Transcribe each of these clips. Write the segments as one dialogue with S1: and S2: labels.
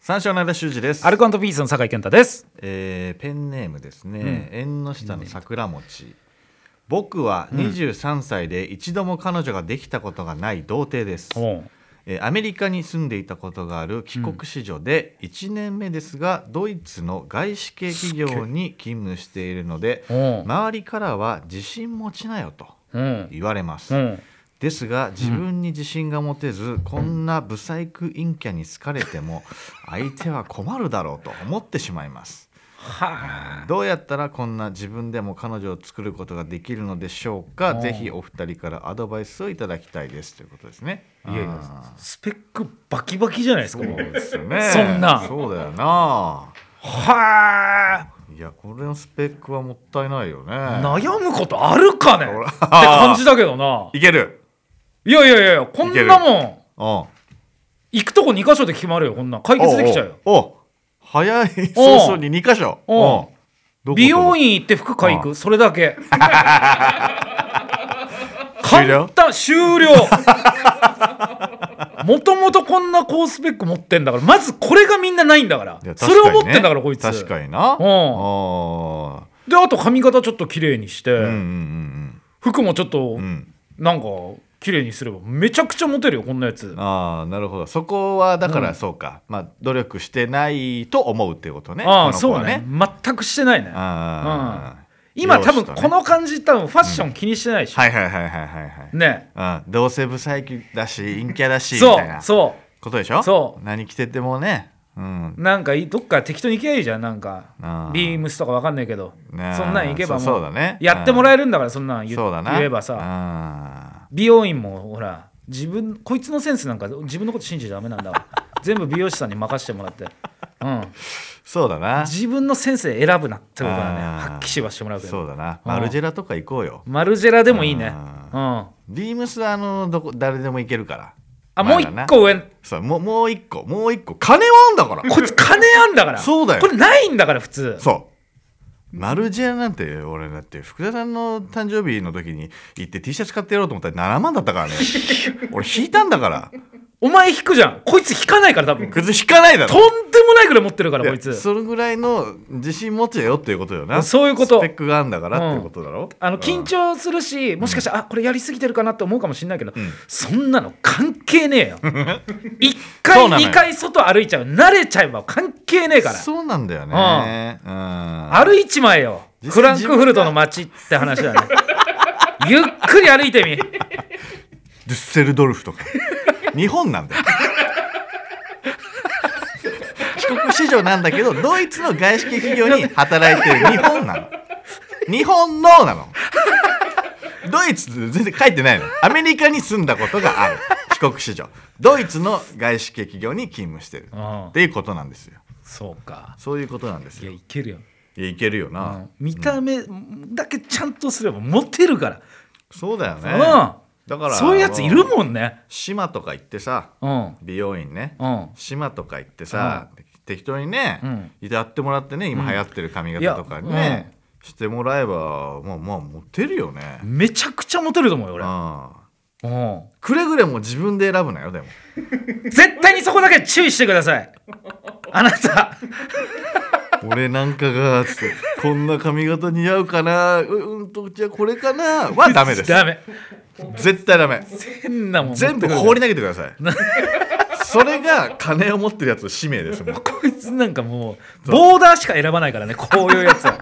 S1: 三照の間修二です
S2: アルコピースの酒井健太です。
S1: えーペンネームですね、
S2: ん
S1: 縁の下の桜餅僕は23歳で一度も彼女ができたことがない童貞です、
S2: おう
S1: えーアメリカに住んでいたことがある帰国子女で1年目ですがドイツの外資系企業に勤務しているので
S2: おう
S1: 周りからは自信持ちなよと
S2: うん。
S1: 言われます、
S2: うん。
S1: ですが自分に自信が持てず、こんな不細工陰キャに好かれても相手は困るだろうと思ってしまいます
S2: はあ。
S1: どうやったらこんな自分でも彼女を作ることができるのでしょうか
S2: うん
S1: ぜひお二人からアドバイスをいただきたいですということですね
S2: いやいや
S1: あ、ー
S2: スペックバキバキじゃないです
S1: そ
S2: か。
S1: う
S2: もう
S1: ですよね
S2: そんな
S1: そうだよな
S2: はあ。
S1: いやこれのスペックはもったいないよね
S2: 悩むことあるかね
S1: ほら
S2: って感じだけどな。
S1: いける
S2: いやいやいや、こんなもん、
S1: うん
S2: 行くとこ2箇所で決まるよ、こんなん。解決できちゃうよ。
S1: おうおう早い早々に2箇所
S2: おう
S1: うんどこ
S2: 美容院行って服買い行
S1: あ
S2: く、それだけ。
S1: 終了
S2: 簡単終了 もともとこんな高スペック持ってんだからまずこれがみんなないんだから
S1: いや
S2: それを
S1: 確に
S2: 持っ
S1: ね
S2: てんだからこいつ
S1: 確かにな
S2: うん
S1: あ
S2: であと髪型ちょっと綺麗にして、
S1: ーうんうん
S2: 服もちょっ
S1: うんう
S2: と
S1: んうん
S2: なんか綺麗にすればめちゃくちゃモテるよこんなやつ
S1: あ
S2: あ
S1: あなるほどそこはだか
S2: う
S1: ら
S2: ん
S1: そうか、まあ努力してないと思うってことねこ
S2: あ
S1: の子
S2: そう
S1: は
S2: ね全くしてないね
S1: あー
S2: 今多分
S1: 容姿とね
S2: この感じ多分ファッション気にしてないでしょ、
S1: はいはいはいはいはいはい、
S2: ね
S1: うん、どうせ不細工だし 陰キャだしみ
S2: そ
S1: たいな
S2: うそ
S1: ことでしょ
S2: そう
S1: 何着ててもねうん
S2: うなんかいどっか適当に行けばいいじゃんなんか
S1: あー
S2: ビームスとかわかんないけどそん
S1: ね
S2: なん行けばもう
S1: そうそうだね
S2: やってもらえるんだからそんなん言
S1: そうだな
S2: 言えばさ
S1: さ
S2: 美容院もほら自分こいつのセンスなんか自分のこと信じちゃダメなん だわ全部美容師さんに任せてもらって、うん、
S1: そうだな
S2: 自分のセンスで選ぶなってことはね
S1: あー
S2: 発揮しばしてもらうけど
S1: そうだな
S2: うん
S1: マルジェラとか行こうよ
S2: マルジェラでもいいね。うん。
S1: あ
S2: あ、
S1: ビームスはあのどこ誰でも行けるから
S2: もう
S1: まだ
S2: 一
S1: な
S2: 個上。
S1: そうもうもう一個もう一個金はあんだから
S2: こいつ金あんだから。
S1: そうだよ
S2: これないんだから普通。
S1: そうマルジェラなんて俺だって福田さんの誕生日の時に行って T シャツ買ってやろうと思ったら7万だった からね俺引いたんだから
S2: お前引くじゃん。こいつ引かないから多分。とん
S1: 靴引かないだ
S2: で
S1: ろ
S2: もないぐらい持ってるからこい
S1: い
S2: つ
S1: や。それぐらいの自信持ちよっていうことよな
S2: そういうこと
S1: スペックがあんだからっていうことだろ、
S2: あの
S1: うん
S2: 緊張するし、もしかしたら、あこれやりすぎてるかなって思うかもしれないけど、
S1: ん
S2: そんなの関係ねえ よ。1
S1: そ
S2: 回、
S1: うなのよ
S2: 2回外歩いちゃう、慣れちゃえば関係ねえから、
S1: そうなんだよね、うん
S2: 歩いちまえよ、
S1: 実際
S2: フランクフルトの街って話だね。ゆっくり歩いて み。
S1: デュッセルドルフとか 日本なんだよ帰国子女なんだけどドイツの外資系企業に働いてる日本なの日本のなのドイツって全然書いてないのアメリカに住んだことがある帰国子女ドイツの外資系企業に勤務してる
S2: うん
S1: っていうことなんですよ
S2: そうか。
S1: そういうことなんです
S2: いや、
S1: よ
S2: いけるよ。
S1: いやいけるよな、
S2: うん見た目だけちゃんとすればモテるから、
S1: そうだよねだ
S2: う
S1: か
S2: ん、
S1: ら
S2: そういうやついるもんね
S1: 島とか行ってさ
S2: うん
S1: 美容院ね、
S2: うん
S1: 島とか行ってさ、適当にね、
S2: うん
S1: やってもらってね今流行ってる髪型とか
S2: いや
S1: ね、してもらえばまあまあモテるよね、
S2: めちゃくちゃモテると思うよ俺、
S1: ああ
S2: うん、
S1: くれぐれも自分で選ぶなよ でも
S2: 絶対にそこだけ注意してくださいあなた
S1: 俺なんかがつってこんな髪型似合うかなううんとじゃあこれかなはダメです
S2: ダメ
S1: 絶対ダメ
S2: 変なもん
S1: 全部放り投げてくだ さいそれが金を持ってるやつの使命ですもん
S2: こいつなんかもうボーダーしか選ばないからねこういうやつは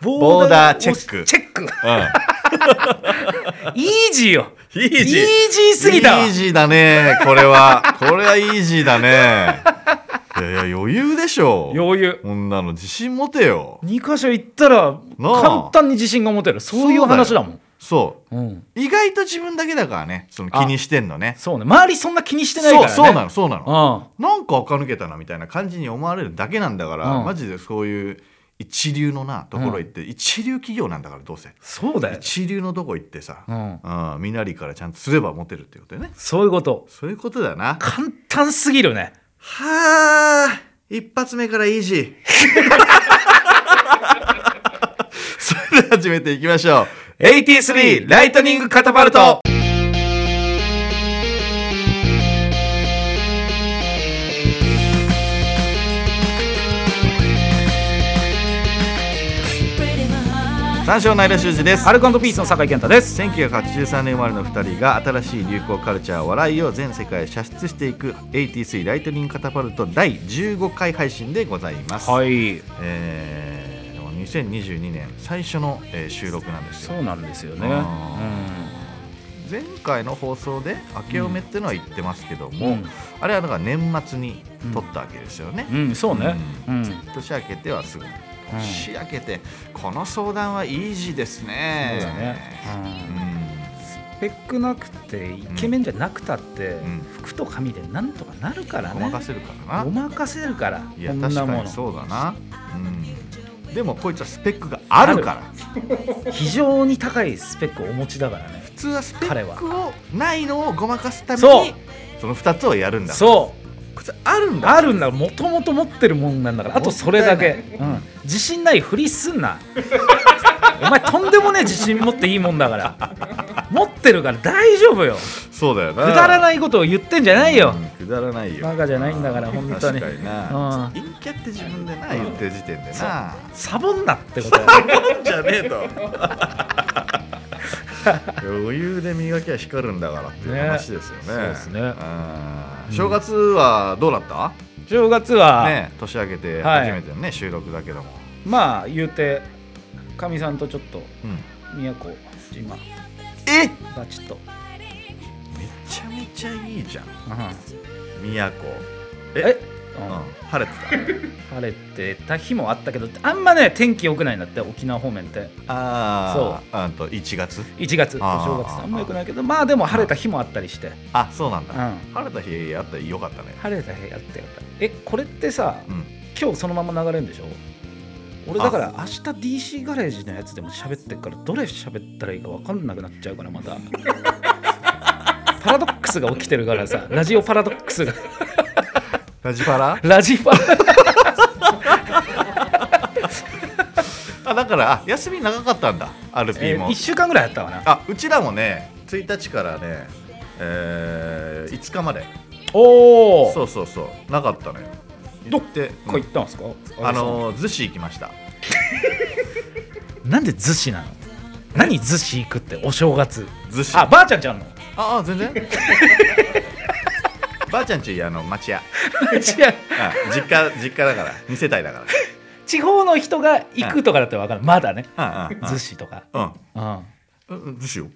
S1: ボーダーチェック
S2: チェック
S1: う
S2: イージーよ
S1: ん、イージー
S2: イージーすぎたわ
S1: イージーだねこれはこれはイージーだねいやいや余裕でしょ
S2: 余裕
S1: こんなの自信持てよ
S2: 2箇所行ったら
S1: なあ
S2: 簡単に自信が持てるそういう話だもん
S1: そう
S2: うん
S1: 意外と自分だけだからねその気にしてんのね
S2: そうね周りそんな気にしてないから
S1: そうそ
S2: ね
S1: うなのそうなの
S2: の
S1: なんか垢抜けたなみたいな感じに思われるだけなんだから、
S2: うん
S1: マジでそういう一流のなところ行って、一流企業なんだからどうせ
S2: そうだよ
S1: 一流のとこ行ってさ、
S2: うん
S1: うん身なりからちゃんとすればモテるってことよね
S2: そういうこと
S1: そういうことだな
S2: 簡単すぎるね
S1: はあ一発目からイージー それでは始めていきましょう
S2: 83ライトニングカタパルト
S1: 三章の間修司です
S2: アルコピースの酒井健太です
S1: 1983年生まれの2人が新しい流行カルチャー笑いを全世界へ射出していく83ライトニングカタパルト第15回配信でございます、
S2: はい
S1: えーでも2022年最初の、えー収録なんですよ
S2: そうなんですよね
S1: あ前回の放送で明けおめってのは言ってますけども、
S2: うん
S1: あれはだから年末に撮ったわけですよね、
S2: うん、うん、そうねうん、
S1: 年明けてはすぐ年明けてこの相談はイージーですね
S2: そうだねうん
S1: うん
S2: スペックなくてイケメンじゃなくたって、
S1: ん
S2: 服と髪でなんとかなるから
S1: ご
S2: ね
S1: まかせるから
S2: ご
S1: な
S2: まかせるから
S1: いや
S2: こんな
S1: 確か
S2: も
S1: に
S2: の
S1: そうだな、うん、でもこいつはスペックがあるから
S2: 非常に高いスペックをお持ちだからね
S1: 普通はスペ
S2: 彼
S1: ッ
S2: は
S1: クをないのをごまかすため
S2: そう
S1: にその2つをやるんだ
S2: そ
S1: こいつあるん
S2: う
S1: だ
S2: あるんだもともと持ってるもんなんだからあとそれだ
S1: も
S2: け、うん、自信ないふりすんなお前とんでもねえ自信持っていいもんだから持ってるから大丈夫よ
S1: そうだよ
S2: く
S1: な
S2: だらないことを言ってんじゃないよ、
S1: うんくだらないよ
S2: バカじゃないんだから
S1: うん
S2: 本当に
S1: 確かにな
S2: うん
S1: 陰キャって自分でな言ってる時点でな
S2: サボんなってことは
S1: じゃねえ と余裕で磨きは光るんだからっていう話ですよね
S2: ねそうですね
S1: うん
S2: うん
S1: 正月はどうだった、
S2: 正月は、
S1: ね年明けて
S2: はい
S1: 初めてのね、収録だけども、
S2: まあ言うてかみさんとちょっと
S1: うん、
S2: 宮古島
S1: えめ
S2: バチッと、
S1: ちゃめちゃいいじゃん
S2: うん
S1: 宮古
S2: え、う
S1: うん
S2: ん
S1: 晴れて
S2: 晴れてた日もあったけどあんまね天気良くないんだって沖縄方面って
S1: たあああんと1月
S2: 1月お
S1: あー
S2: 正月ってあんま良くないけどまあでも晴れた日もあったりして、
S1: あそうなん
S2: う
S1: だ、
S2: ん、
S1: 晴れた日あったらよかったね
S2: 晴れた日あったよかったえこれってさ
S1: うん
S2: 今日そのまま流れるんでしょ俺だから
S1: あ
S2: 明日 DC ガレージのやつでも喋ってっからどれ喋ったらいいか分かんなくなっちゃうからまた パラドックスが起きてるからさラジオパラドックスが
S1: ラジパラ
S2: ラジパラ
S1: あだからあ休み長かったんだ RP も、
S2: 1週間ぐらいやったわな
S1: あうちらもね1日からね、えー、5日まで
S2: お
S1: そ
S2: お
S1: うそうそうなかったのよ
S2: ど
S1: 行って
S2: こう行ったんですか
S1: あのー逗子行きました
S2: なんで逗子なの何逗子行くってお正月
S1: 逗子
S2: あばあちゃんちゃんの
S1: ああ全然 ばあちゃんちあの町屋
S2: 違う
S1: あ実家実家だから2世帯だか
S2: 地方の人が行くとかだったら分かるまだね
S1: らうんうん
S2: 逗子とか
S1: うん
S2: うん
S1: うんうん逗子よ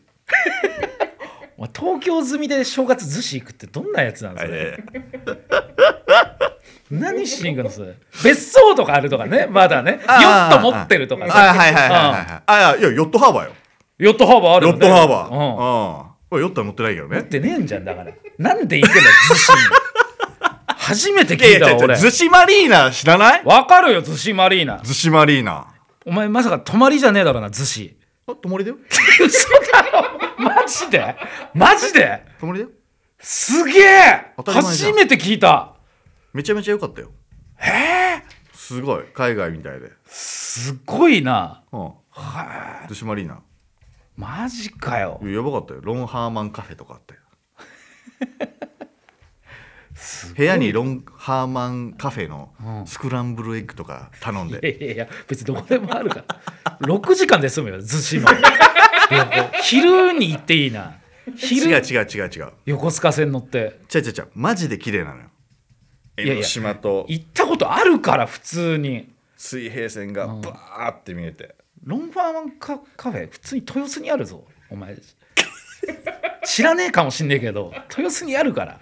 S2: お前東京住みで正月逗子行くってどんなやつなんですか、
S1: え
S2: 何しに行くのそれ別荘とかあると かねまだねヨット持ってるとか
S1: あ
S2: さ
S1: はいはいはいはいはいはいあいやヨットハーバーよ
S2: うんヨットハーバーある
S1: ヨ
S2: よ
S1: ッ
S2: ね
S1: トハーバー
S2: うん
S1: うん俺ヨットは持ってないけど
S2: 持っ
S1: ね
S2: てねえんじゃんだからなんで行くの逗子に初めて
S1: いや
S2: 聞い
S1: いや違
S2: たわ
S1: う違う
S2: 俺
S1: 逗子マリーナ知らない
S2: わかるよ逗子マリーナ
S1: 逗子マリーナ
S2: お前まさか泊まりじゃねえだろうな逗子
S1: あ泊まりだよ
S2: 嘘だろマジでマジで
S1: 泊まりだよ
S2: すげえ
S1: 当たり前じゃん
S2: 初めて聞いた
S1: めちゃめちゃ良かったよえすごい海外みたいで、
S2: すっごいな
S1: うん、逗子マリーナ
S2: マジかよ
S1: いややばかったよロン・ハーマンカフェとかあったよ部屋にロン・ハーマンカフェのスクランブルエッグとか頼んで、
S2: いやいやいや別にどこでもあるから6 時間で済むよ逗子の昼に行っていいな
S1: 違う
S2: 昼
S1: 違う違う違う
S2: 横須賀線乗って
S1: 違う違う違うマジで綺麗なのよ
S2: いや
S1: 江ノ島と
S2: 行ったことあるから普通に
S1: 水平線がバーって見えて、
S2: ロンファーマンカカフェ普通に豊洲にあるぞお前知らねえかもしんねえけど豊洲にあるから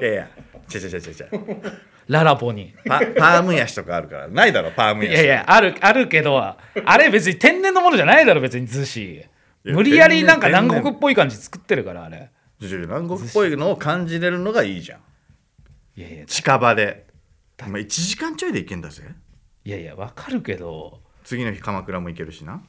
S1: いやいや違う違う違う違う違う
S2: ララポに
S1: パパームヤシとかあるからないだろパーム
S2: い
S1: ヤシ
S2: やいやあるあるけどあれ別に天然のものじゃないだろ別に逗子
S1: いや
S2: 無理やりなんか
S1: 天然
S2: 南国っぽい感じ作ってるからあれ
S1: ちょちょ南国っぽいのを感じれるのがいいじゃん
S2: いやいや
S1: 近場でまあ1時間ちょいで行けんだぜ
S2: いやいやわかるけど
S1: 次の日鎌倉も行けるしな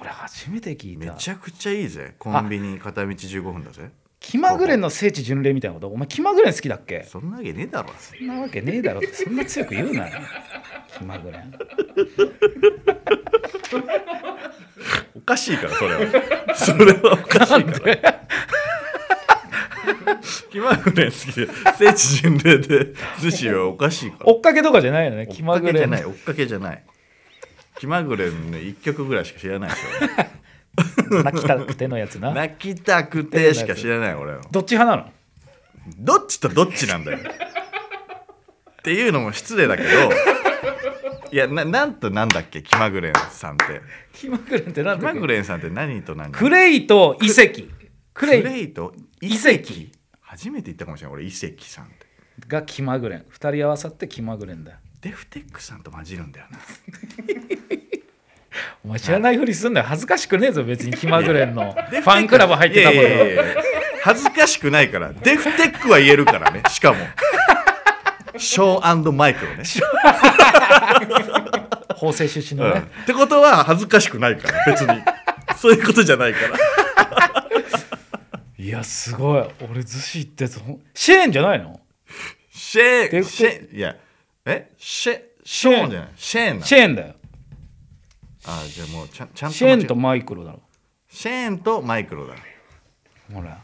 S2: 俺初めて聞い
S1: め
S2: た
S1: ちゃくちゃいいぜコンビニ片道15分だぜ
S2: 気まぐれの聖地巡礼みたいなことお前気まぐれ好きだっけ
S1: そんなわけねえだろ
S2: そんなわけねえだろってそんな強く言うなよ気まぐれ
S1: おかしいからそれはそれはおかしいから気まぐれ好きで聖地巡礼で寿司はおかしいから
S2: 追っかけとかじゃないよね気まぐれ
S1: 追っかけじゃない追っかけじゃない気まぐれのね1曲ぐらいしか知らないでし
S2: 泣きたくてのやつ
S1: ょ
S2: な。
S1: 泣きたくてしか知らない俺は
S2: どっち派なの
S1: どっちとどっちなんだよっていうのも失礼だけどいやななんとなんだっけ気まぐれんさんって
S2: 気まぐれってなん
S1: 気
S2: だ
S1: ま
S2: っけ
S1: ぐれんさんって何と何
S2: クレイと遺跡。
S1: ク
S2: クレイ
S1: レイと
S2: 遺跡
S1: 初めて言ったかもしれない俺遺跡さんって
S2: が気まぐれん。二人合わさって気まぐれんだ。
S1: デフテックさんと混じるんだよな
S2: お前知らないふりすんなよ。恥ずかしくねえぞ、別に気まぐれんの。フ
S1: デフテック
S2: ァンクラブ入ってたもん
S1: いやいやい
S2: よ。
S1: やいや恥ずかしくないからデフテックは言えるからねしかもショーマイクロね、
S2: 法政出身
S1: うん
S2: の
S1: っ
S2: ね。
S1: てことは恥ずかしくないから別にそういうことじゃないから
S2: いや、すごい。俺、寿司行ってそんシェーンじゃないの
S1: シェ
S2: デ
S1: ーン
S2: フテ
S1: シェーンいやえシェショーンじゃないシェーンなの
S2: シェーンだよ。
S1: あじゃあもうちゃんちゃんと
S2: シェーン
S1: 間
S2: と
S1: 違え
S2: マイクロだろ。
S1: シェーンとマイクロだ
S2: ほら。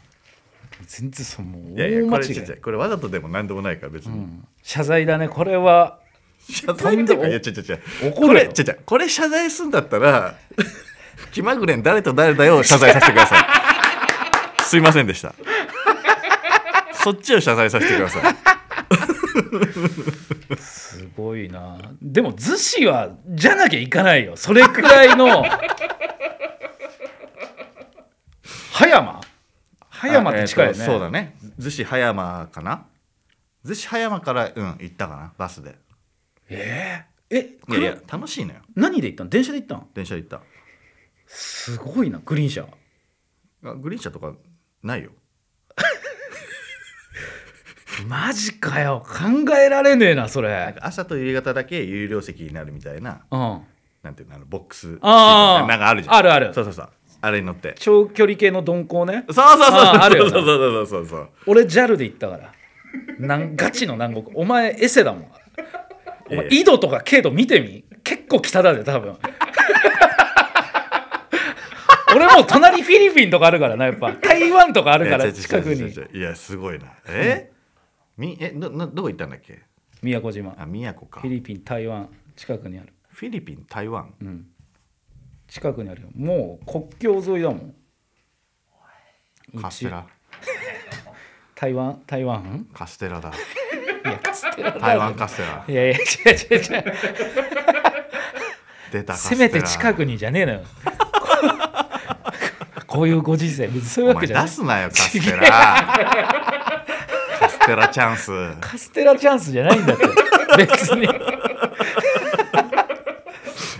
S2: 全然そのもう
S1: いやいや
S2: 大
S1: こ
S2: 間
S1: れ
S2: 違
S1: ちょっ
S2: い
S1: と。これわざとでも何でもないから別に、
S2: 謝罪だね、これは。
S1: 謝罪と
S2: とんでも
S1: かいやちょちょちょ
S2: 怒
S1: こ
S2: れ
S1: れ
S2: よ
S1: ちょちょこれ謝罪するんだったら気まぐれん誰と誰だよを謝罪させてくださ いすいませんでしたそっちを謝罪させてください
S2: すごいな。でも、逗子は、じゃなきゃいかないよ。それくらいの。 葉山葉山って近いよね。
S1: あえーとそうだね逗子葉山かな逗子葉山からうん行ったかなバスで
S2: えー、え、
S1: い
S2: く
S1: や
S2: る
S1: いや楽しいのよ
S2: 何で行ったの電車で行ったの
S1: 電車で行った
S2: すごいな、グリーン車。
S1: あグリーン車とかないよ
S2: マジかよ。考えられねえな、そ
S1: なん
S2: れ。
S1: か朝と夕方だけ有料席になるみたいな
S2: うん。あ
S1: なんていうのあのボックス
S2: あー。
S1: なんかあるじゃん
S2: あるある
S1: そ。うそうそうあれに乗って
S2: 長距離系の鈍行ね
S1: そう。そうそう
S2: あーあるよな
S1: そうそうそうそうそうそう
S2: 俺 JAL で行ったからなんガチの南国お前エセだもんお
S1: いやい
S2: 前
S1: や
S2: 緯度とか経度見てみ結構北だぜ多分俺もう隣フィリピンとかあるからなやっぱ台湾とかあるか
S1: い
S2: ら
S1: や違う
S2: 近く
S1: 違う違
S2: に
S1: う違ういやすごいなえみえどどどこ行ったんだっけ
S2: 宮古島
S1: あ宮古か
S2: フィリピン台湾近くにある
S1: フィリピン台湾
S2: うん近くにあるよもう国境沿いだもんうち
S1: カステラ
S2: 台湾台湾
S1: カステラだ
S2: いやカステラだ
S1: 台湾カステラ
S2: いやいや違う違う違う
S1: 出たカステ
S2: せ
S1: ラ
S2: めて近くにじゃねえのよ。 こういうご時世、別にそういう
S1: お
S2: わけ
S1: 前
S2: じゃ
S1: 出
S2: ない。
S1: すなよカステラカステラチャンス
S2: カステラチャンスじゃないんだって。 別に。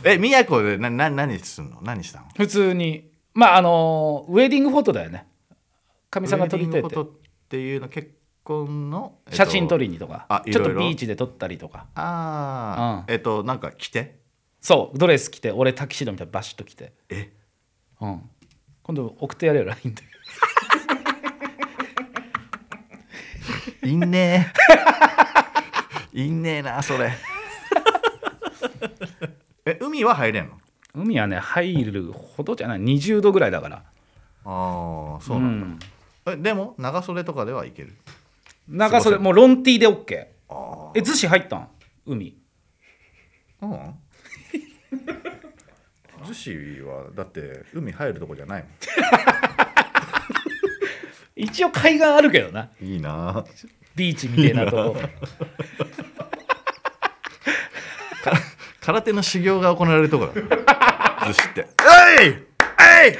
S1: え宮古でなな何すんの何したの
S2: 普通に。まあ、あのウェディングフォトだよね。かみさんが撮りたい
S1: ウェ
S2: っ
S1: ディング。フ
S2: て
S1: ォトっていうの結婚の、
S2: 写真撮
S1: り
S2: りにとか、
S1: あい
S2: ちょ
S1: ろ
S2: っ
S1: いろ
S2: とビーチで撮ったりとか。
S1: ああ、
S2: う
S1: えっとなんか着て
S2: そう、ドレス着て、俺タキシードみたいなバシッと着て。
S1: え
S2: うん。今度送ってやれよ、LINE で。
S1: いんねえいんねえなそれ え海は入れんの
S2: 海はね、入るほどじゃない、20度ぐらいだから。
S1: ああそうなんだ、
S2: ん
S1: えでも長袖とかではいける
S2: 長袖、もうロンティーで OK。
S1: あ
S2: え、逗子入ったん海。
S1: あうん 逗子はだって海入るとこじゃないも
S2: 一応海岸あるけどなん
S1: いいな
S2: ビーチみたいなとこ
S1: 空手の修行が行われるとこ だ逗子って「えいえい! 」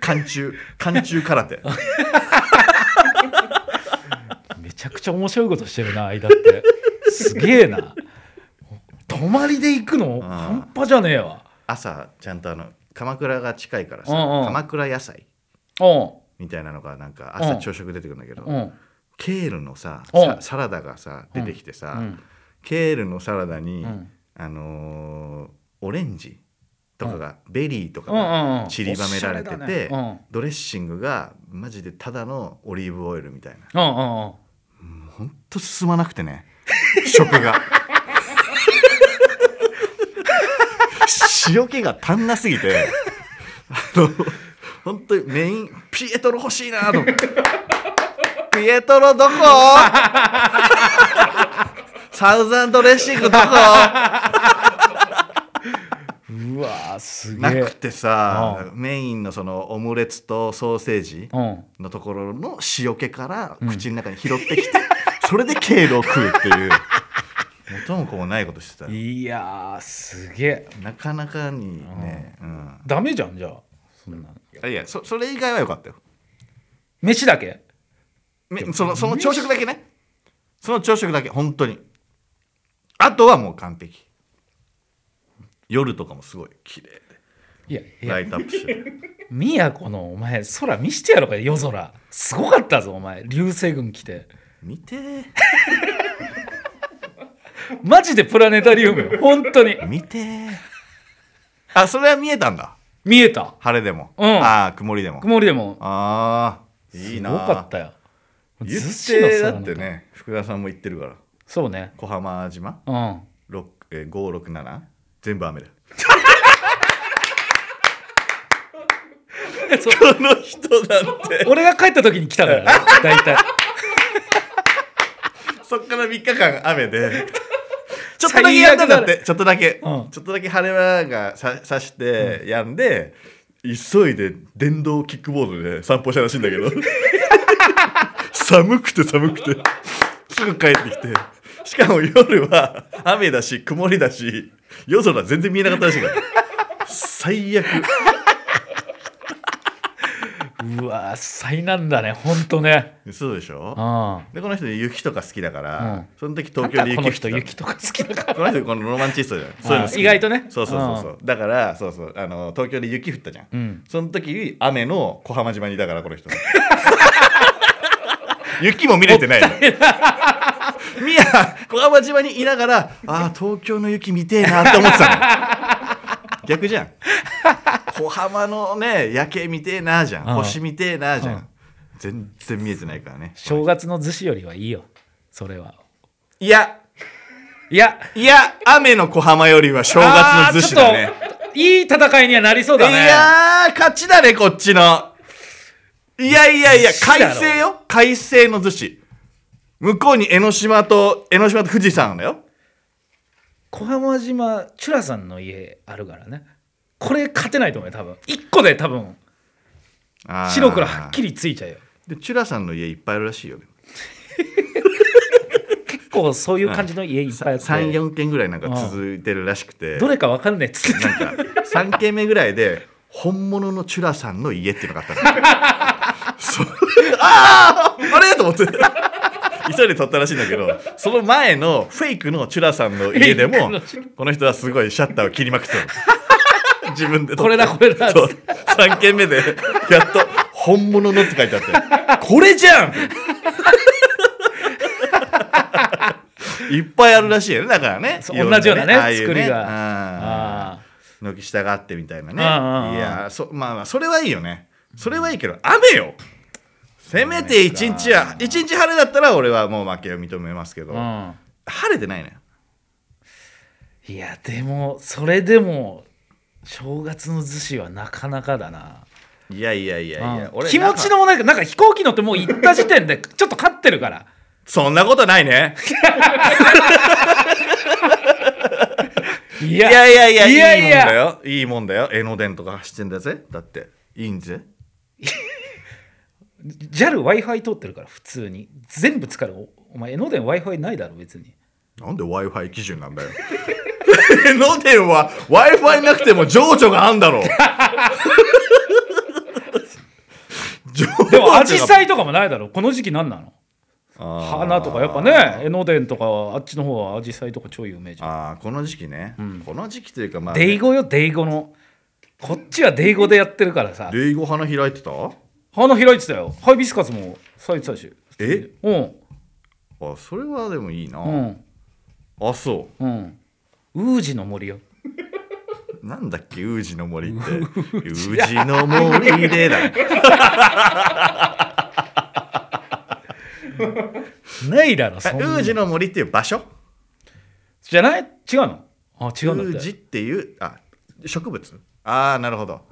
S1: 寒中寒中空手
S2: めちゃくちゃ面白いことしてるな間ってすげえな泊まりで行くの半端じゃねえわ
S1: 朝ちゃんとあの鎌倉が近いからさ、
S2: うんうん
S1: 鎌倉野菜
S2: う
S1: みたいなのがなんか
S2: う
S1: 朝
S2: ん
S1: 朝食出てくるんだけど、
S2: んうん
S1: ケールのさ
S2: うん
S1: さサラダがさ出てきてさ、
S2: うん
S1: ケールのサラダに、
S2: うん
S1: あのーオレンジとかが、ベリーとか
S2: うん
S1: が
S2: うんうん
S1: 散りばめられてて、
S2: おしゃれだね
S1: ドレッシングがマジでただのオリーブオイルみたいな
S2: うんうんうんうん
S1: ほんと進まなくてね食が塩気が足んなすぎてあの本当にメインピエトロ欲しいなと思ってピエトロどこサウザンドレッシングどこ
S2: すげ
S1: な
S2: え
S1: くてさメインのそのオムレツとソーセージ
S2: うん
S1: のところの塩気から
S2: うん
S1: 口の中に拾ってきて、それで経路を食うって いう元も子もないことしてた
S2: いやーすげえ
S1: なかなかにね、うん
S2: ダメじゃんじゃあそんない
S1: やいやそそれ以外は良かったよ
S2: 飯だけ
S1: めそのその朝食だけねその朝食だけ本当にあとはもう完璧夜とかもすごい綺麗
S2: いやい
S1: で
S2: や
S1: ライトアップして る
S2: 宮古のお前空見してやろうか夜空すごかったぞお前流星群来て
S1: 見てー
S2: マジでプラネタリウ ムよ本当に
S1: 見てーあそれは見えたんだ
S2: 見えた
S1: 晴れでも、
S2: うん
S1: ああ曇りでも
S2: 曇りでも
S1: ああいい
S2: す
S1: な
S2: ごかったよ
S1: 言っ
S2: 逗子の
S1: て
S2: 空
S1: だ
S2: な
S1: っ
S2: ん
S1: てね福田さんも言ってるから
S2: そうね
S1: 小浜島
S2: うん
S1: 六えー567全部 雨だ
S2: そう
S1: この人だって
S2: 俺が帰った時に来た からね大体
S1: そっから3日間雨で ちょっとだけやんだんだってちょっとだけ、
S2: うん
S1: ちょっとだけ晴れ間がささしてやんで、急いで電動キックボードで散歩したらしいんだけ ど寒くて寒くてすぐ帰ってきてしかも夜は雨だし曇りだし夜空全然見えなかったらしいから最悪
S2: うわー災難だねほんとね
S1: そうでしょ
S2: うん
S1: でこの人雪とか好きだから、
S2: うん
S1: その時東京で
S2: なんかこの
S1: 雪降って
S2: 人
S1: た
S2: 雪とか好きだから
S1: この人このロマンチストじゃんそういうの好き
S2: 意外とね
S1: そうそうそうそうだからそうそうあの東京で雪降ったじゃん、
S2: うん
S1: その時に雨の小浜島にいたからこの人 雪も見れてないの宮小浜島にいながらああ東京の雪見てえなって思ってたの逆じゃん小浜のね夜景見てえなじゃん
S2: うん
S1: 星見てえなじゃん、
S2: うん
S1: 全然見えてないからね
S2: 正月の逗子よりはいいよそれはい
S1: や
S2: いや
S1: いや雨の小浜よりは正月の逗子だね
S2: あーちょっといい戦いにはなりそうだね
S1: いやー、勝ちだね、こっちの。いやいやいや、
S2: 寿司だろ
S1: 快晴よ。快晴の寿司。向こうに江ノ島と、江ノ島と富士山だよ。
S2: 小浜島チュラさんの家あるからねこれ勝てないと思うよ多分一個で多分白黒はっき
S1: り。
S2: りついちゃうよ
S1: で、チュラさんの家いっぱいあるらしいよ。
S2: 結構そういう感じの家いっぱいあって
S1: 3、4軒ぐらいなんか続いてるらしくて。
S2: どれか分かんねえっつって
S1: なんか、3軒目ぐらいで、本物のチュラさんの家っていうのがあったの。そうあああれと思って。急いで撮ったらしいんだけどその前のフェイクのチュラさんの家で
S2: フェイク
S1: も
S2: のチュ
S1: この人はすごいシャッターを切りまくってたの自分で撮って
S2: これだこれだ
S1: そう3軒目でやっと「本物の」って書いてあってこれじ ゃんいっぱいあるらしいよねだからね
S2: そう
S1: いろんな
S2: 同じようなね
S1: ああいう
S2: 作りが
S1: うん
S2: あ
S1: 軒下があってみたいなね
S2: うんうんうん
S1: いやそまあまあそれはいいよねそれはいいけど雨よせめて一日は一日晴れだったら俺はもう負けを認めますけど、
S2: あ
S1: 晴れてないね
S2: うんいやでもそれでも正月の寿司はなかなかだない
S1: やいやいやいや
S2: うん
S1: 俺
S2: 気持ちのもなんかなんか飛行機乗ってもう行った時 点でちょっと勝ってるから
S1: そんなことないね
S2: い
S1: いやいやいや
S2: いや
S1: い
S2: い
S1: いもんだ
S2: や
S1: よいいもんだよ江ノ電とか走ってんだぜだっていいんぜ
S2: JAL w i f i 通ってるから普通に全部使うおお前江ノ電 w i f i ないだろ別に
S1: なんで w i f i 基準なんだよ 江ノ電は w i f i なくても情緒があんだ ろう情緒が
S2: でもアジサイとかもないだろこの時期何なの
S1: あー
S2: 花とかやっぱね江ノ電とかあっちの方はアジサイとか超有名じゃん
S1: ああこの時期ね、この時期というかまあ
S2: デイゴよデイゴのこっちはデイゴでやってるからさ
S1: デイゴ花開いてた
S2: 花開いてたよハイビスカスも咲いてたし
S1: え
S2: うん
S1: あそれはでもいいな、
S2: うん
S1: あそ
S2: うんウージの森よ
S1: うなんだっけウージの森 ってウージの森でだ
S2: ないだろ
S1: あ
S2: そん
S1: ウ
S2: な
S1: ージの森っていう場所
S2: じゃない違うのあ違
S1: ウ
S2: うん
S1: ー
S2: だっ
S1: ジ
S2: て
S1: っていうあ植物ああなるほど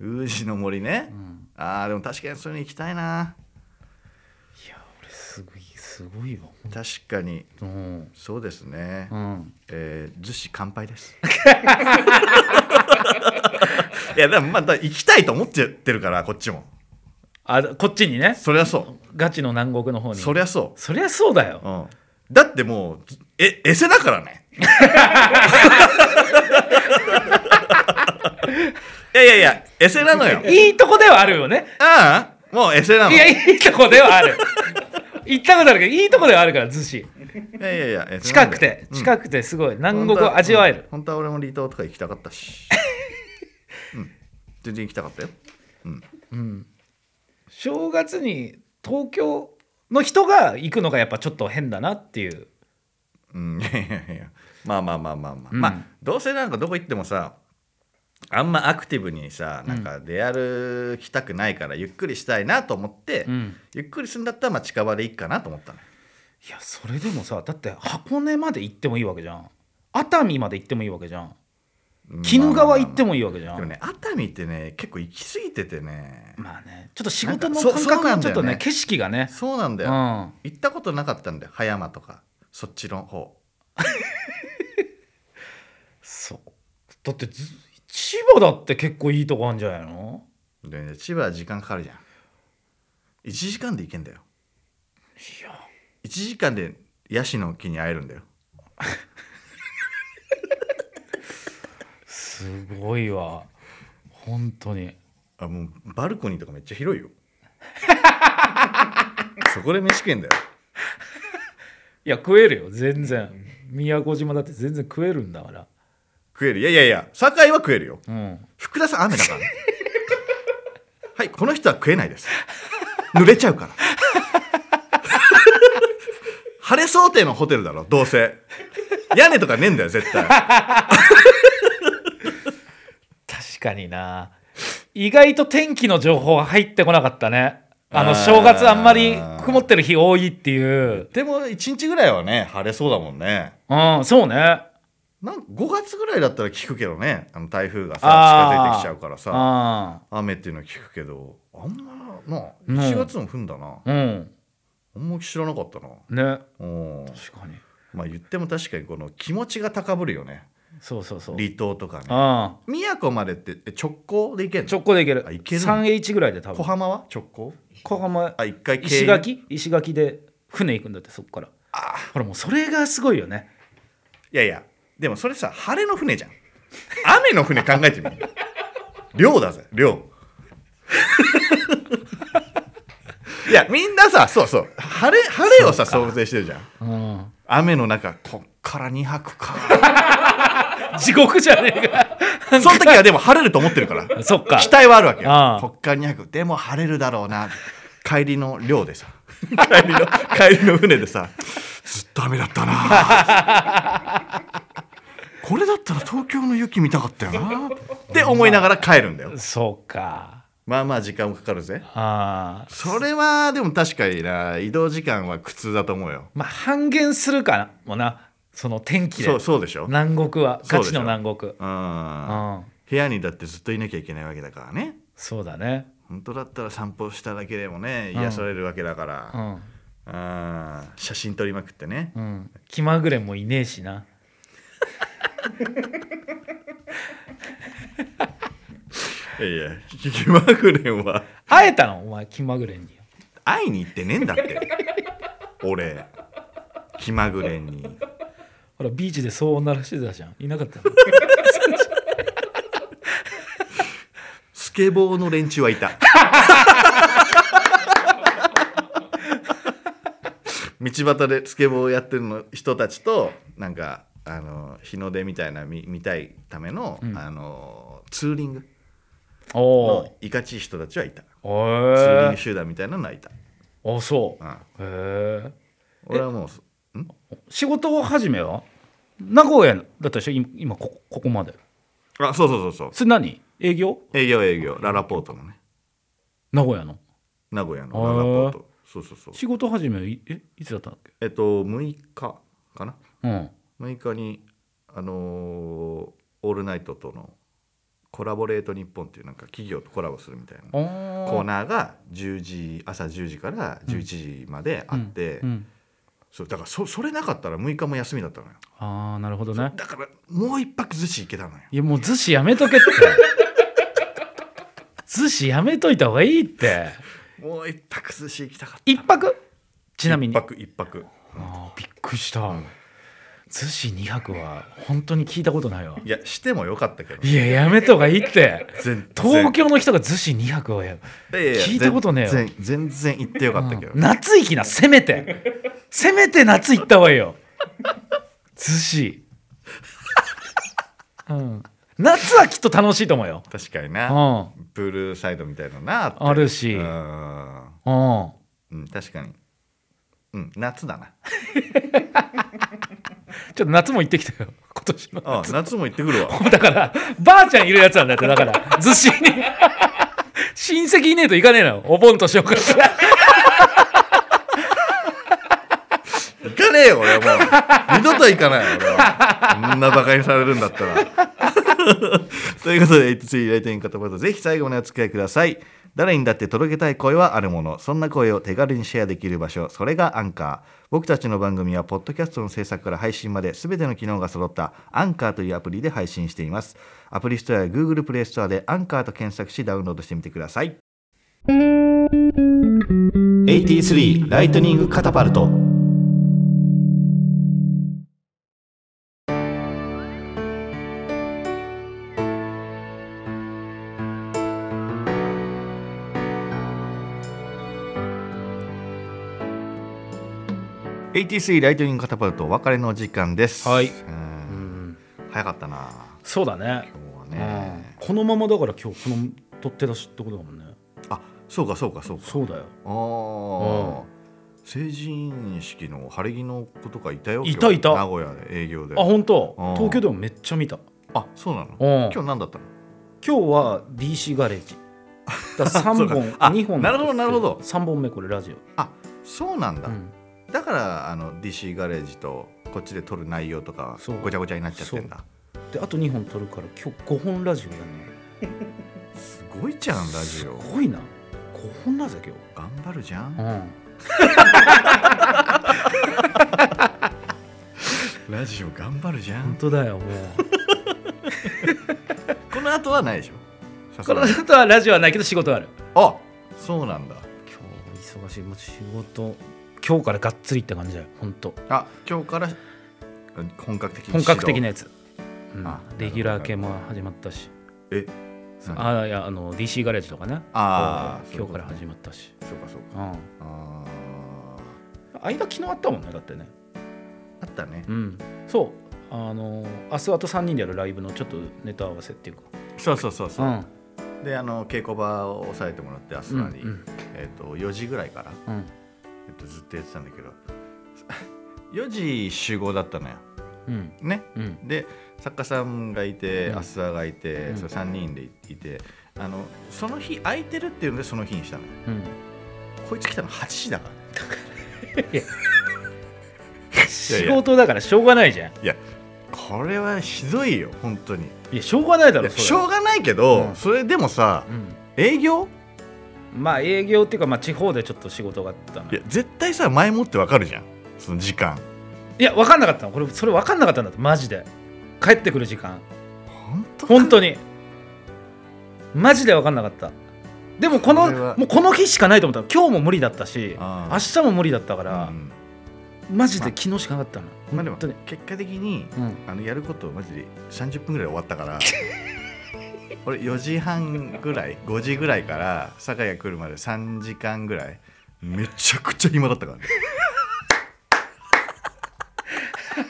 S1: ウージの森ね、ああでも確かにそれに行きたいな
S2: すごいすごいわ
S1: 確かに
S2: うん
S1: そうですね、
S2: うん
S1: えー、逗子乾杯です いやでもまあだ行きたいと思ってやってるからこっちも
S2: あこっちにね
S1: そりゃそ
S2: ガチの南国の方
S1: う
S2: に
S1: そりゃそ
S2: そりゃそうだよ
S1: う、うん、だってもうえエセだから ねいやいやいやエセなのよ
S2: いいとこではあるよね
S1: ああもうエセなの
S2: いやいいとこではある行ったことあるけどいいとこではあるから逗子
S1: いやいやいやエセな
S2: 近
S1: んだよ
S2: くて
S1: うん
S2: 近くてすごい南国を味わえる、
S1: 本当は,うん、本当は俺も離島とか行きたかったし、うん、全然行きたかったよ、うん、
S2: うん正月に東京の人が行くのがやっぱちょっと変だなっていう
S1: うんいやいやいやまあまあまあまあまあ、
S2: うん
S1: まあどうせなんかどこ行ってもさあんまアクティブにさなんか出歩きたくないからゆっくりしたいなと思って、
S2: うん
S1: ゆっくりするんだったらまあ近場でいいかなと思ったのよ
S2: いやそれでもさだって箱根まで行ってもいいわけじゃん熱海まで行ってもいいわけじゃん鬼怒川行って
S1: も
S2: もいいわけじゃん、
S1: でもね熱海ってね結構行き過ぎててね、
S2: まあねちょっと仕事の
S1: なん
S2: 感
S1: かそそ
S2: 覚
S1: うな
S2: が
S1: ん
S2: ち
S1: だ
S2: ょっ
S1: よね
S2: とね景色がね
S1: そうなんだ
S2: う
S1: よ、
S2: ん
S1: 行ったことなかったんだよ葉山とかそっちの方
S2: そうだってず千葉だって結構いいとこあるんじゃないの
S1: で、ね、千葉は時間かかるじゃん1時間で行けんだよ
S2: いや
S1: 1時間でヤシの木に会えるんだよ
S2: すごいわ本当に
S1: あもうバルコニーとかめっちゃ広いよ そこで飯食えんだよ
S2: いや食えるよ全然宮古島だって全然食えるんだから
S1: 食えるいやいやいや堺は食えるよ
S2: うん
S1: 福田さん雨だからはいこの人は食えないです濡れちゃうから晴れ想定のホテルだろどうせ屋根とかねえんだよ絶対
S2: 確かにな意外と天気の情報は入ってこなかったねあ
S1: あ
S2: の
S1: ー
S2: 正月あんまり曇ってる日多いっていう
S1: でも1日ぐらいはね晴れそうだもんね
S2: うんそうね
S1: なん5月ぐらいだったら聞くけどねあの台風がさ近づい
S2: あー
S1: てきちゃうからさ
S2: あ
S1: 雨っていうのは聞くけどあんまな
S2: うん
S1: 1月も降んだな、
S2: あうん
S1: あんまり知らなかったな
S2: ね
S1: うん
S2: 確かに
S1: まあ言っても確かにこの気持ちが高ぶるよね
S2: そうそうそう
S1: 離島とかね
S2: あ
S1: 宮古までってえ直行で行けんの
S2: 直行でいける
S1: あいける
S2: 3H ぐらいで多
S1: 小
S2: 分
S1: 浜は直行
S2: 小浜
S1: あ一回経由
S2: 石垣石垣で船行くんだってそこから
S1: あ
S2: ほらもうそれがすごいよね
S1: いやいやでもそれさ晴れの船じゃん雨の船考えてみ る漁だぜ漁いやみんなさそうそう晴れ晴れをさ想像してるじゃん
S2: うん
S1: 雨の中こっから2泊か
S2: 地獄じゃねえか
S1: その時はでも晴れると思ってる から
S2: そっか
S1: 期待はあるわけ
S2: あ
S1: よ
S2: あ
S1: こっから2泊でも晴れるだろうな帰りの漁でさ 帰りの帰りの船でさずっと雨だったな これだったら東京の雪見たかったよなって思いながら帰るんだよ
S2: そうか
S1: まあまあ時間もかかるぜ
S2: ああ
S1: それはでも確かにな移動時間は苦痛だと思うよ
S2: まあ半減するかなもうなその天気で
S1: そうそうでしょ
S2: 南国は
S1: そう
S2: ガ
S1: でし
S2: チ
S1: ょ
S2: の南国
S1: うん
S2: うん
S1: 部屋にだってずっといなきゃいけないわけだからね
S2: そうだね
S1: 本当だったら散歩しただけでもね
S2: うん
S1: 癒されるわけだから、
S2: うん
S1: あー写真撮りまくってね、
S2: うん気まぐれもいねえしな
S1: えいや気まぐれは
S2: 会えたのお前気まぐれに
S1: 会いに行ってねえんだって俺気まぐれに
S2: ほらビーチで騒音鳴らしてたじゃんいなかった の
S1: スケボーの連中 はいた道端でスケボーやってるの人たちとなんかあの日の出みたいな見見たいための,、
S2: うん
S1: あのツーリング
S2: お
S1: の
S2: お
S1: いかちい人たちはいた、ツーリン
S2: へ
S1: グ集団みたいなのはいた、
S2: えあそう
S1: うん、
S2: へ
S1: 俺はもうそ
S2: え仕事始めは名古屋だったでしょ今今ここここまで
S1: あそうそうそうそう
S2: それ何営業
S1: 営業営業ララポートのね
S2: 名古屋の
S1: 名古屋の
S2: へー
S1: ララポートそうそうそう
S2: 仕事始めいえいつだったんだっけ
S1: えっと6日かな
S2: うん
S1: 6日にあのーオールナイトとのコラボレート日本っていうなんか企業とコラボするみたいなコー
S2: ー
S1: ナーが10時朝10時から11時まであって、
S2: うん
S1: そうだからそそれなかったら6日も休みだったのよ
S2: ああなるほどね
S1: だからもう一泊寿司行けたのよ
S2: いやもう逗子やめとけって 逗子やめといた方がいいって
S1: もう一泊寿司行きたかった
S2: 一泊ちなみに
S1: 一泊一泊
S2: あーびっくりした逗子2泊は本当に聞いたことないわ
S1: いやしてもよかったけど
S2: いややめた方がいいって
S1: 全
S2: 東京の人が逗子2泊はや聞いたことねえよ
S1: 全全然行ってよかったけど、
S2: うん夏行きなせめてせめて夏行ったわよ逗子、うん、夏はきっと楽しいと思うよ、
S1: 確かに
S2: う
S1: な、
S2: ん
S1: プールサイドみたいなのなって
S2: あるし
S1: うん
S2: うん、
S1: うん確かにうん夏だな
S2: ちょっと夏も行ってきたよ今年の
S1: あ夏も行ってくるわ
S2: だからばあちゃんいるやつなんだってだから逗子に親戚いねえといかねえのよお盆と正月
S1: 行かねえよ俺はもう二度と行かないよ俺はこんなバカにされるんだったら ということで H3 ライティング方々ぜひ最後までお付き合いください誰にだって届けたい声はあるものそんな声を手軽にシェアできる場所それがアンカー僕たちの番組はポッドキャストの制作から配信まで全ての機能が揃ったアンカーというアプリで配信していますアプリストアや Google プレイストアでアンカーと検索しダウンロードしてみてください83ライトニングカタパルト83ライトニングカタパルトお別れの時間です。
S2: はい
S1: うん
S2: うん
S1: 早かったな
S2: そうだね
S1: 今
S2: う
S1: 日は
S2: ん
S1: ね。
S2: このままだから今日この取って出しってことだもんね
S1: あそうかそうかそうか。
S2: そうだよ
S1: ああ、成人式の晴れ着の子とかいたよ。
S2: い
S1: 今
S2: た
S1: 日
S2: いた
S1: 名古屋で営業で。
S2: あ本当
S1: うん
S2: 東京でもめっちゃ見た
S1: あそうなの。
S2: うん
S1: 今日何だったの？
S2: 今日は DC ガレージ だから
S1: そ
S2: 3
S1: うか
S2: 本
S1: あ
S2: 2本
S1: なるほどなるほど
S2: 3本目これラジオ、
S1: あそうなんだ。
S2: うん
S1: だからあの DC ガレージとこっちで撮る内容とか
S2: そう
S1: ごちゃごちゃになっちゃってんだ。
S2: であと2本撮るから今日5本ラジオやんね
S1: すごいじゃんラジオ。
S2: すごいな5本だぜ今
S1: 頑張るじゃん。
S2: 日うん
S1: ラジオ頑張るじゃ
S2: 本
S1: ん。
S2: 当だよもう
S1: この後はないでしょ。さす
S2: こ
S1: が
S2: の
S1: に
S2: 後はラジオはないけど仕事ある
S1: あそうなんだ。
S2: 今日忙しいもう仕事今日からがっつりって感じだよ本当
S1: あ今日から本格的に
S2: 本格的
S1: 指
S2: な
S1: 導
S2: やつ、うん
S1: あ
S2: レギュラー系も始まったし
S1: えあ
S2: あいやあの DC ガレージとかね
S1: あー
S2: 今日から
S1: そういうことね
S2: 始まったし、
S1: そうかそうか
S2: うん
S1: あ
S2: 間昨日あったもんねだってね
S1: ーあったね
S2: うんそうあの明日あと3人でやるライブのちょっとネタ合わせっていうか
S1: そうそうそうそう、
S2: ん
S1: であの稽古場を押さえてもらって明日なり、
S2: うんうん
S1: えっと4時ぐらいから、
S2: うん
S1: えっとずっとやってたんだけど 4時集合だったのよ
S2: うん
S1: ね
S2: うん
S1: で作家さんがいて
S2: うん
S1: 明日がいて、
S2: うん
S1: そう3人でいてあのその日空いてるっていうのでその日にしたのよ
S2: うん
S1: こいつ来たの8時だからね
S2: 仕事だからしょうがないじゃん
S1: いやこれはひどいよ本当に
S2: いやしょうがないだ
S1: い
S2: ろ
S1: や
S2: それ
S1: しょうがないけど、
S2: うん
S1: それでもさ
S2: うん
S1: 営業
S2: まあ営業っていうかまあ地方でちょっと仕事があったの
S1: い
S2: よ
S1: や絶対さ前もってわかるじゃんその時間
S2: いや分かんなかったのこれそれ分かんなかったんだってマジで帰ってくる時間
S1: 本当
S2: 本当にマジで分かんなかったでもこ
S1: こ
S2: の
S1: れは
S2: もうこの日しかないと思った今日も無理だったし
S1: あー
S2: 明日も無理だったから、
S1: うん
S2: マジ
S1: ま
S2: で昨日しかなかったの、
S1: まあでも
S2: 本当に、
S1: 結果的に
S2: うん、
S1: あのやることマジで30分ぐらいで終わったから 俺4時半ぐらい5時ぐらいから酒屋来るまで3時間ぐらいめちゃくちゃ暇だったか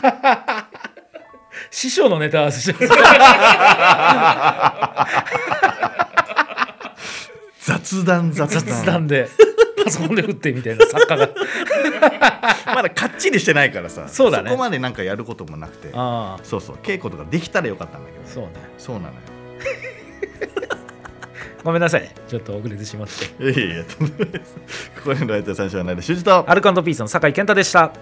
S1: らね
S2: 師匠のネタ合わせしてる
S1: 雑 談雑談
S2: 雑談でパソコンで打ってみたいな作 家が
S1: まだかっちりしてないからさ
S2: そうだね
S1: こまでなんかやることもなくて
S2: ああ
S1: そうそう稽古とかできたらよかったんだけど
S2: そうね
S1: そうなのよ
S2: ごめんなさいねちょっと遅れてしまって
S1: いやいやいやとんでもないですここでのライター三章はないで主人と
S2: アルカンドピースの酒井健太でした